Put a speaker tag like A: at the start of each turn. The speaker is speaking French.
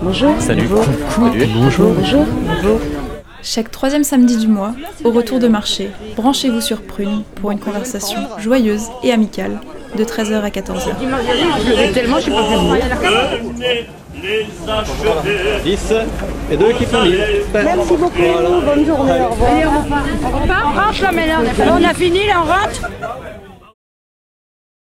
A: Bonjour.
B: Salut.
A: Bonjour.
B: Salut.
A: Bonjour. Bonjour.
C: Chaque troisième samedi du mois, au retour de marché, branchez-vous sur Prune pour une conversation joyeuse et amicale de 13h à 14h.
D: Venez les acheter.
B: 10 et 2 qui font 1000.
E: Merci beaucoup, bonne journée, au revoir.
F: Allez, on repart. On repart, on rentre là, mais là, on a, on a fini, là, on rentre